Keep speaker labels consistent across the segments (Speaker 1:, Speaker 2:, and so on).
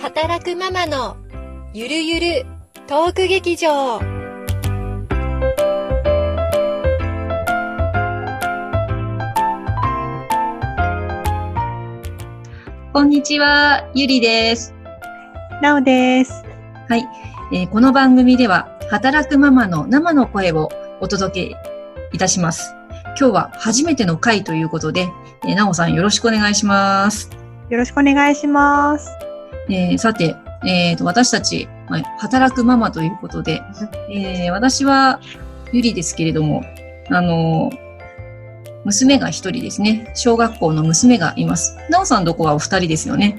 Speaker 1: 働くママのゆるゆるトーク劇場
Speaker 2: こんにちは、ゆりです。
Speaker 3: なおです。
Speaker 2: はい、えーこの番組では、働くママの生の声をお届けいたします。今日は初めての回ということで、えーなおさんよろしくお願いします。
Speaker 3: よろしくお願いします。
Speaker 2: えーさて、えーと、私たち、まあ働くママということで、えー私はゆりですけれども、あのー娘が一人ですね。小学校の娘がいます。なおさんどこはお二人ですよね。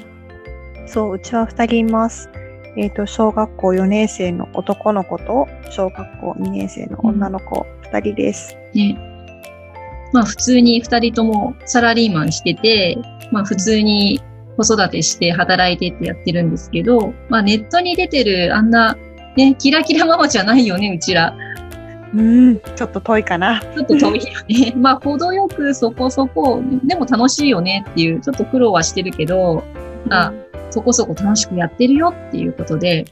Speaker 3: そう、うちは二人います。えっ、と、小学校4年生の男の子と、小学校2年生の女の子二人です。
Speaker 2: ね。まあ普通に二人ともサラリーマンしてて、まあ普通に子育てして働いてってやってるんですけど、まあネットに出てるあんな、ね、キラキラママじゃないよね、うちら。
Speaker 3: うん、ちょっと遠いかな。
Speaker 2: ちょっと遠いよね。まあ程よくそこそこ、でも楽しいよねっていう、ちょっと苦労はしてるけど、あそこそこ楽しくやってるよっていうことで、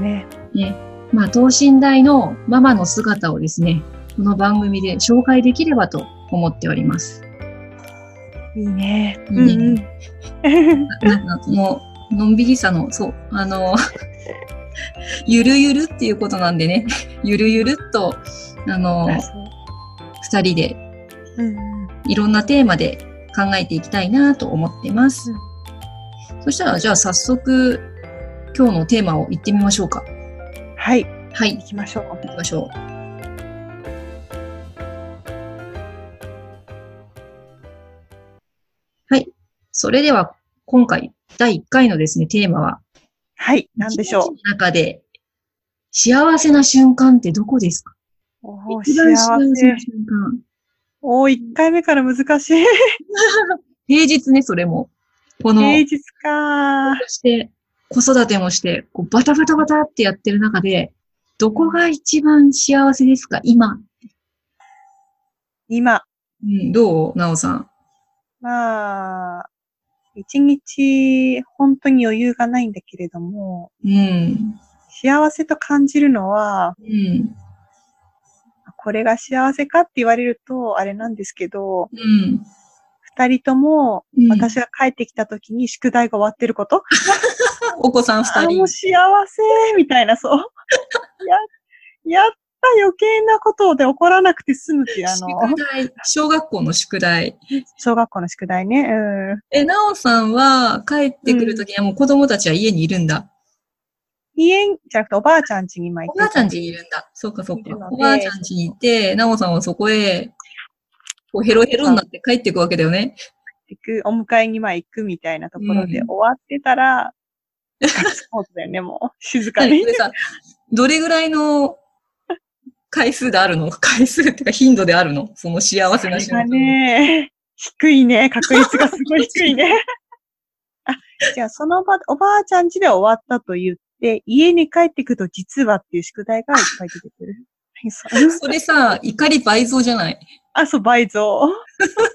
Speaker 3: ね。
Speaker 2: ね、まあ等身大のママの姿をですね、この番組で紹介できればと思っております。
Speaker 3: いいね。
Speaker 2: いいね
Speaker 3: うんうん。
Speaker 2: なんかもう、のんびりさの、そう、あの、 ゆるゆるっていうことなんでね、 ゆるゆるっと、あ の、二人で
Speaker 3: うん
Speaker 2: いろんなテーマで考えていきたいなと思ってます。
Speaker 3: うん
Speaker 2: そしたら、じゃあ早速、今日のテーマを言ってみましょうか。
Speaker 3: はい、
Speaker 2: はい、
Speaker 3: 行きましょう。
Speaker 2: 行きましょう。はい。それでは、今回、第1回のですね、テーマは、
Speaker 3: はい、なんでしょう
Speaker 2: 一。日の中で、幸せな瞬間ってどこですか
Speaker 3: おー
Speaker 2: 一番幸
Speaker 3: 幸
Speaker 2: せ
Speaker 3: せ
Speaker 2: な。瞬間。
Speaker 3: おー、1回目から難しい。
Speaker 2: 平日ね、それも。この、
Speaker 3: 平日か。
Speaker 2: して、子育てもして、こうバタバタバタってやってる中で、どこが一番幸せですか今。
Speaker 3: 今、
Speaker 2: うん、どうなおさん。
Speaker 3: まあ、一日、本当に余裕がないんだけれども、
Speaker 2: うん。
Speaker 3: 幸せと感じるのは、
Speaker 2: うん。
Speaker 3: これが幸せかって言われると、あれなんですけど、
Speaker 2: うん。
Speaker 3: 二人とも、
Speaker 2: うん、
Speaker 3: 私が帰ってきた時に宿題が終わってる こと、
Speaker 2: お子さん
Speaker 3: あ
Speaker 2: 二、人
Speaker 3: もう。幸せみたいな、 そう。や、やった余計なことで怒らなくて済むっていう、あの、
Speaker 2: 宿題、小学校の宿題。
Speaker 3: 小学校の宿題ね。うん。
Speaker 2: え、なおさんは帰ってくるときにはもう子供たちは家にいるんだ。
Speaker 3: 家じゃなくておばあちゃん家に今行
Speaker 2: お
Speaker 3: って
Speaker 2: ばあちゃん家
Speaker 3: に
Speaker 2: にいるんだ。そうかそう
Speaker 3: いる
Speaker 2: か。
Speaker 3: ので
Speaker 2: おばあちゃん家にいて、なおさんはそこへ、こうヘロヘロになって帰っていくわけだよね。
Speaker 3: 行く、お迎えにまあ行くみたいなところで
Speaker 2: うん
Speaker 3: 終わってたら、ガッツポーズだよね、 もう。静か
Speaker 2: そ
Speaker 3: に
Speaker 2: れ。さ、どれぐらいの回数であるの回数っていうか頻度であるのその幸せな瞬
Speaker 3: が
Speaker 2: 間。
Speaker 3: ね、低いね。確率がすごい低い ね。あ、じゃあその場、おばあちゃん家で終わったと言って、家に帰ってくると実はっていう宿題がいっぱい出てくる。はいそう
Speaker 2: それさ、怒り倍増じゃない。
Speaker 3: あ、そう、倍増。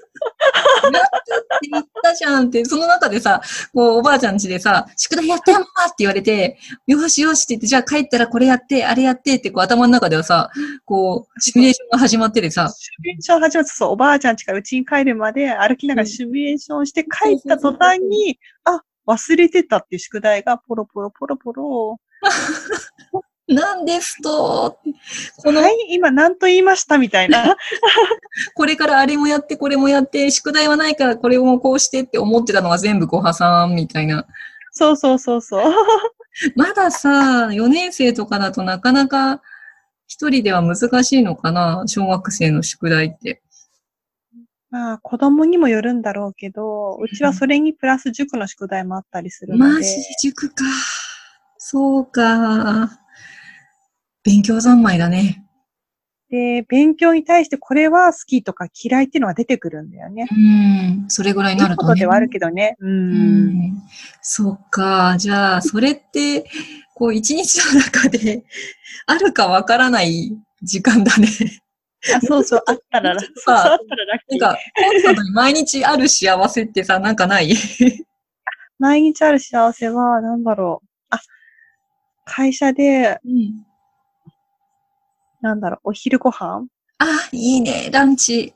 Speaker 2: やったって言ったじゃんって、その中でさ、こうおばあちゃん家でさ、宿題やったよママって言われて、よしよしって言って、じゃあ帰ったらこれやって、あれやってって、こう頭の中ではさ、こう、シミュレーションが始まっててさ、
Speaker 3: シミュレーション始まって、そう、おばあちゃん家から家に帰るまで歩きながらシミュレーションして帰った途端に、あ、忘れてたっていう宿題がポロポロポロポロ。
Speaker 2: なんですと、この
Speaker 3: は、い、今何と言いましたみたいな。
Speaker 2: これからあれもやって、これもやって、宿題はないからこれもこうしてって思ってたのが全部ご破産みたいな。
Speaker 3: そうそうそうそう。
Speaker 2: まださ、4年生とかだとなかなか一人では難しいのかな、小学生の宿題って。
Speaker 3: まあ、子供にもよるんだろうけど、うちはそれにプラス塾の宿題もあったりするの
Speaker 2: マジ
Speaker 3: で、
Speaker 2: 塾か。そうか。勉強三昧だね。
Speaker 3: で、勉強に対してこれは好きとか嫌いっていうのが出てくるんだよね。
Speaker 2: うん、それぐらい
Speaker 3: い
Speaker 2: にないる、
Speaker 3: こと
Speaker 2: ね。
Speaker 3: とではあるけどね。う。
Speaker 2: うんんそっか。じゃあ、それって、こう、一日の中で、あるかわからない時間だ ね。
Speaker 3: あそ うそう、あったら、
Speaker 2: もう
Speaker 3: そ
Speaker 2: ちょ
Speaker 3: う
Speaker 2: っと
Speaker 3: そう、
Speaker 2: さ
Speaker 3: あったらラッ
Speaker 2: な
Speaker 3: キ
Speaker 2: ん
Speaker 3: ー。
Speaker 2: か、コンスタントに毎日ある幸せってさ、なんかないそ
Speaker 3: 毎日ある幸せは、なんだろう。あ、会社で、
Speaker 2: うん。
Speaker 3: なんだろう、お昼ご飯
Speaker 2: あ、いいね、ランチ。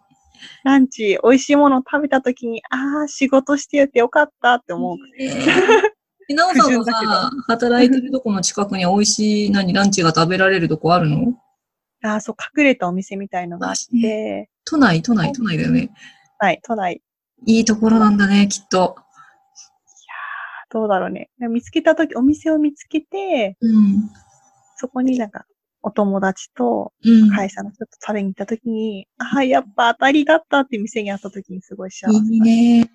Speaker 3: ランチ、美味しいものを食べた時に、ああ、仕事してやってよかったって思う。
Speaker 2: えー、なおさん も
Speaker 3: 不純だ
Speaker 2: さ、働いてるとこの近くに美味しい何ランチが食べられるとこあるの
Speaker 3: ああ、そう、隠れたお店みたいのがあって、
Speaker 2: 都内、都内、都内だよね。
Speaker 3: はい、都内、
Speaker 2: いいところなんだね、きっと。
Speaker 3: どうだろうね。見つけた時、お店を見つけて、
Speaker 2: うん。
Speaker 3: そこになんか、お友達と
Speaker 2: うん。
Speaker 3: 会社の人と食べに行った時に、ああ、やっぱ当たりだったって店にあった時にすごい幸せだ。
Speaker 2: いいね。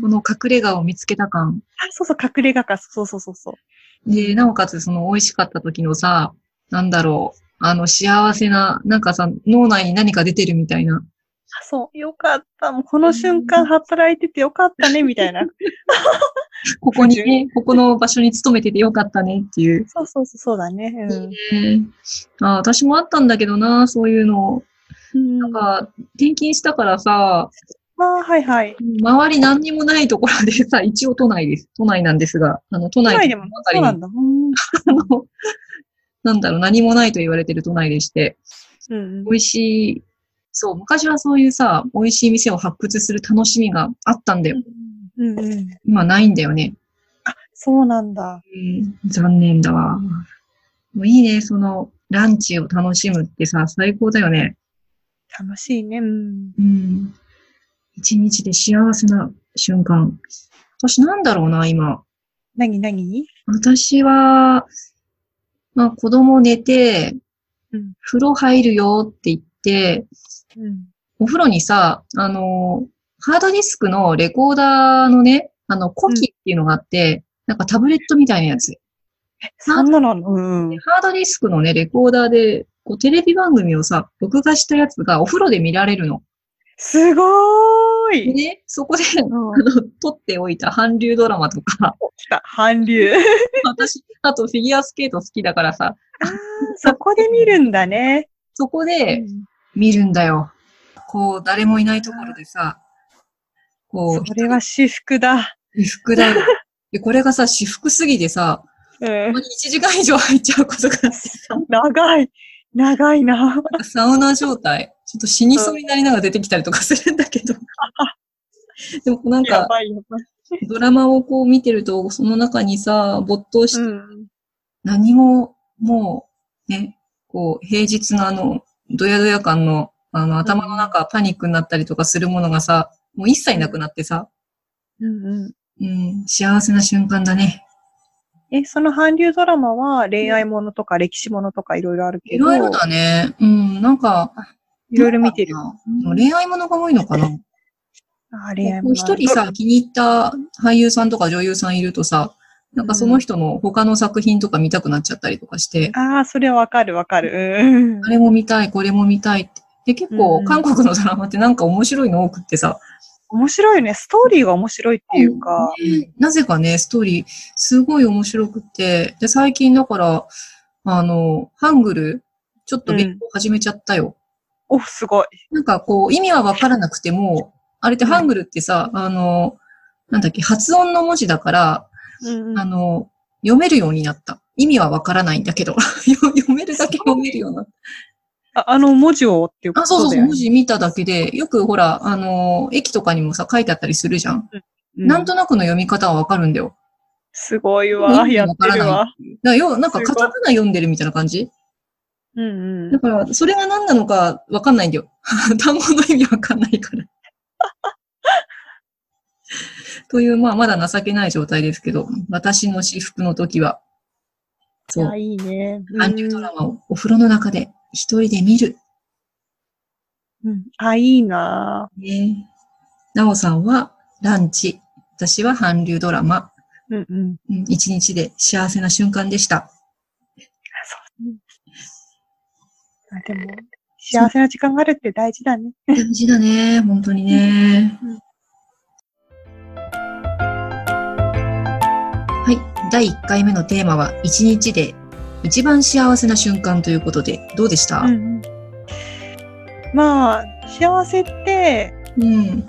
Speaker 2: この隠れ家を見つけた感。
Speaker 3: あ、そうそう、隠れ家か、そうそうそうそう。
Speaker 2: で、なおかつその美味しかった時のさ、なんだろう。あの、幸せな、なんかさ、脳内に何か出てるみたいな。
Speaker 3: あそう、よかった。もうこの瞬間働いててよかったね、みた いな。
Speaker 2: ここにね、ここの場所に勤めててよかったねっていう。
Speaker 3: そうそうそう、そうだね。うん
Speaker 2: あー私もあったんだけどな、そういうの。
Speaker 3: うん。
Speaker 2: なんか、転勤したからさ、
Speaker 3: まあ、はいはい。
Speaker 2: 周り何にもないところでさ、一応都内です。都内なんですが、あの、都
Speaker 3: 都
Speaker 2: 内
Speaker 3: 内でも、そうなん
Speaker 2: だ。
Speaker 3: だ。うん。
Speaker 2: あのなんだろう、何もないと言われてる都内でして、
Speaker 3: うん
Speaker 2: 美味しい、そう、昔はそういうさ、美味しい店を発掘する楽しみがあったんだよ。
Speaker 3: うんうん。
Speaker 2: 今ないんだよね。
Speaker 3: そうなんだ。
Speaker 2: うん、残念だわ。でもいいね、その、ランチを楽しむってさ、最高だよね。
Speaker 3: 楽しいね。うん。
Speaker 2: うん。一日で幸せな瞬間。私なんだろうな、今。
Speaker 3: なになに
Speaker 2: 私は、まあ子供寝て
Speaker 3: うん、
Speaker 2: 風呂入るよって言って、
Speaker 3: うん。
Speaker 2: お風呂にさ、あの、ハードディスクのレコーダーのね、あの、コキっていうのがあって、なんかタブレットみたいなやつ。
Speaker 3: そんなのあんのうん。うん
Speaker 2: でハードディスクのね、レコーダーで、こうテレビ番組をさ、録画したやつがお風呂で見られるの。
Speaker 3: すごー
Speaker 2: で
Speaker 3: い。
Speaker 2: ね、そこで、
Speaker 3: う
Speaker 2: あ
Speaker 3: ん。
Speaker 2: の、撮っておいた韓流ドラマとか、
Speaker 3: 来た。韓 流。
Speaker 2: 私、あとフィギュアスケート好きだからさ、
Speaker 3: そこで見るんだね。
Speaker 2: そこ
Speaker 3: う
Speaker 2: で
Speaker 3: ん
Speaker 2: 見るんだよ。こう、誰もいないところでさ、こう、
Speaker 3: それは私服だ。
Speaker 2: 私 服だよ。で、これがさ、私服すぎてさ、
Speaker 3: うん
Speaker 2: 1。時間以上入っちゃうことがあってさ、
Speaker 3: 長い。長いな。
Speaker 2: サウナ状態、ちょっと死にそうになりながら出てきたりとかするんだけど。でもなん
Speaker 3: や
Speaker 2: か、
Speaker 3: ばいやばい。
Speaker 2: ドラマをこう見てると、その中にさ、没頭して、
Speaker 3: うん。
Speaker 2: 何も、もう、ね、こう、平日のあの、ドヤドヤ感の、あの、頭の中、パニックになったりとかするものがさ、もう一切なくなってさ、
Speaker 3: うんうん。
Speaker 2: うん、幸せな瞬間だね。
Speaker 3: え、その韓流ドラマは恋愛ものとか歴史ものとかいろいろあるけ
Speaker 2: い
Speaker 3: ど。
Speaker 2: ろいろだね。うん、なんか、
Speaker 3: いろいろ見てる。
Speaker 2: なんかなでも恋愛ものが多いのかな。
Speaker 3: あ、恋愛
Speaker 2: こ
Speaker 3: も
Speaker 2: う
Speaker 3: の。
Speaker 2: 一人さ、気に入った俳優さんとか女優さんいるとさ、なんかその人の他の作品とか見たくなっちゃったりとかして、
Speaker 3: ああ、それはわかるわかる。うん
Speaker 2: あ。れも見たい、これも見たいって。で、結
Speaker 3: うんう
Speaker 2: 構、
Speaker 3: ん
Speaker 2: 韓国のドラマってなんか面白いの多くってさ、
Speaker 3: 面白いね。ストーリーが面白いっていうか。
Speaker 2: なぜかね、ストーリー、すごい面白くって、で、最近だから、あの、ハングル、ちょっと勉強始めちゃったよ。
Speaker 3: お、すごい。
Speaker 2: なんかこう、意味はわからなくても、あれってハングルってさ、あの、なんだっけ、発音の文字だから、
Speaker 3: うん
Speaker 2: あの、読めるようになった。意味はわからないんだけど、 よ読めるだけ読めるようになっ
Speaker 3: ああの文字をっていう
Speaker 2: た。
Speaker 3: こ
Speaker 2: あ、そうそ
Speaker 3: と
Speaker 2: うそ
Speaker 3: だ
Speaker 2: う、
Speaker 3: よ
Speaker 2: 文
Speaker 3: ね。
Speaker 2: 字見ただけで、よくほら、あの、駅とかにもさ、書いてあったりするじゃん。
Speaker 3: うん
Speaker 2: なんとなくの読み方はわかるんだよ。
Speaker 3: すごい
Speaker 2: 意
Speaker 3: わ。
Speaker 2: 味
Speaker 3: や
Speaker 2: がわ
Speaker 3: っ
Speaker 2: から
Speaker 3: て
Speaker 2: ない
Speaker 3: るわ。
Speaker 2: だから要なんか
Speaker 3: すご
Speaker 2: カ
Speaker 3: い
Speaker 2: タカナ読んでるみたいな感じ
Speaker 3: うんう
Speaker 2: だ
Speaker 3: ん。
Speaker 2: から、それが何なのかわかんないんだよ。 単語の意味わかんないから。 という、まあ、まだ情けない状態ですけど、私の私服の時は、
Speaker 3: い
Speaker 2: そ
Speaker 3: や、
Speaker 2: う、
Speaker 3: いいね。
Speaker 2: 韓流ドラマをお風呂の中で一人で見る。
Speaker 3: うん。あ、いいな
Speaker 2: ね。なおさんはランチ、私は韓流ドラマ。
Speaker 3: うんうん。
Speaker 2: うん一日で幸せな瞬間でした。
Speaker 3: そう。あ、でも、幸せな時間があるって大事だね。
Speaker 2: 大事だね、本当にね
Speaker 3: うん。
Speaker 2: はい、第1回目のテーマは、1日で一番幸せな瞬間ということで、どうでした
Speaker 3: うんうんまあ、幸せって
Speaker 2: うん。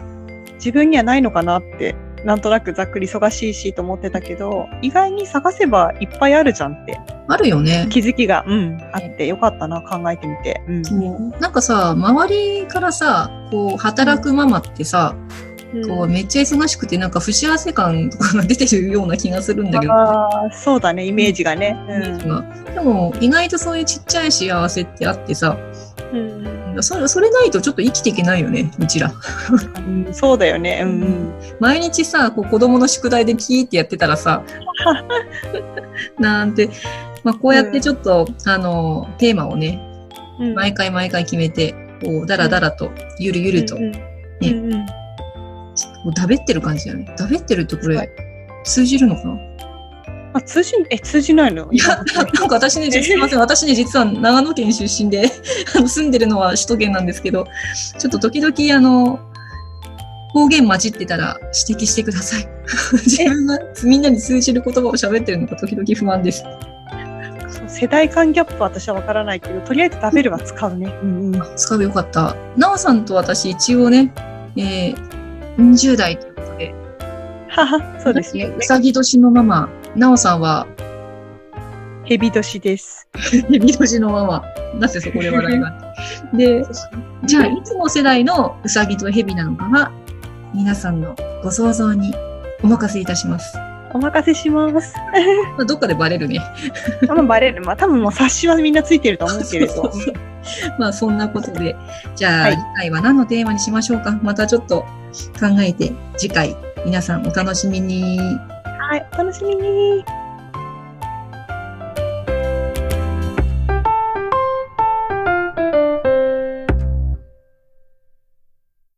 Speaker 3: 自分にはないのかなって。なんとなくざっくり忙しいしと思ってたけど、意外に探せばいっぱいあるじゃんって、
Speaker 2: あるよね。
Speaker 3: 気づきが、うん、あってよかったな、考えてみて。うん。
Speaker 2: なんかさ、周りからさ、こう、働くママってさ、こう、めっちゃ忙しくて、なんか不幸せ感とかが出てるような気がするんだけど。
Speaker 3: ああ、そうだね、イメージがね。うん
Speaker 2: でも、意外とそういうちっちゃい幸せってあってさ、
Speaker 3: うん
Speaker 2: それ、それないとちょっと生きていけないよね、うちら。
Speaker 3: うんそうだよね。うんうん。
Speaker 2: 毎日さ、こう子供の宿題でキーってやってたら さ、なんて、まあ、こうやってちょっと、あの、テーマをね、
Speaker 3: うん
Speaker 2: 毎回毎回決めて、こう、だらだらと、ゆるゆると、
Speaker 3: うんうん
Speaker 2: ね
Speaker 3: うんうん
Speaker 2: こうだべってる感じだよね。だべってるとこ
Speaker 3: は
Speaker 2: れ
Speaker 3: い、
Speaker 2: 通じるのかな
Speaker 3: あ、通じん、え、通じないの
Speaker 2: いや、なんか私ね、実すいません。私ね、実は長野県出身で、 あの住んでるのは首都圏なんですけど、ちょっと時々、あの、方言混じってたら指摘してください。 自分がみんなに通じる言葉を喋ってるのか時々不安です。
Speaker 3: そう世代間ギャップは私はわからないけど、とりあえず食べるは使うね。うんうん。
Speaker 2: 使うよかった。なおさんと私、一応ね、えー、40代ということで、
Speaker 3: はは、そうですね
Speaker 2: う。さぎ年のママ、なおさんは、
Speaker 3: ヘビ年です。
Speaker 2: 蛇年のママ。なぜそこで笑いがあって。で、じゃあ、いつも世代のうさぎと蛇なのかは、皆さんのご想像にお任せいたします。ま
Speaker 3: お任せします。
Speaker 2: あ、どっかでバレるね。
Speaker 3: 多分バレる。まあ多分もう冊子はみんなついてると思うけ れ
Speaker 2: そ
Speaker 3: ど
Speaker 2: う。そうそうまあ、そんなことで、じゃあ、
Speaker 3: はい
Speaker 2: 次回は何のテーマにしましょうかまたちょっと考えて、次回、皆さんお楽しみに。
Speaker 3: はい、お楽しみに。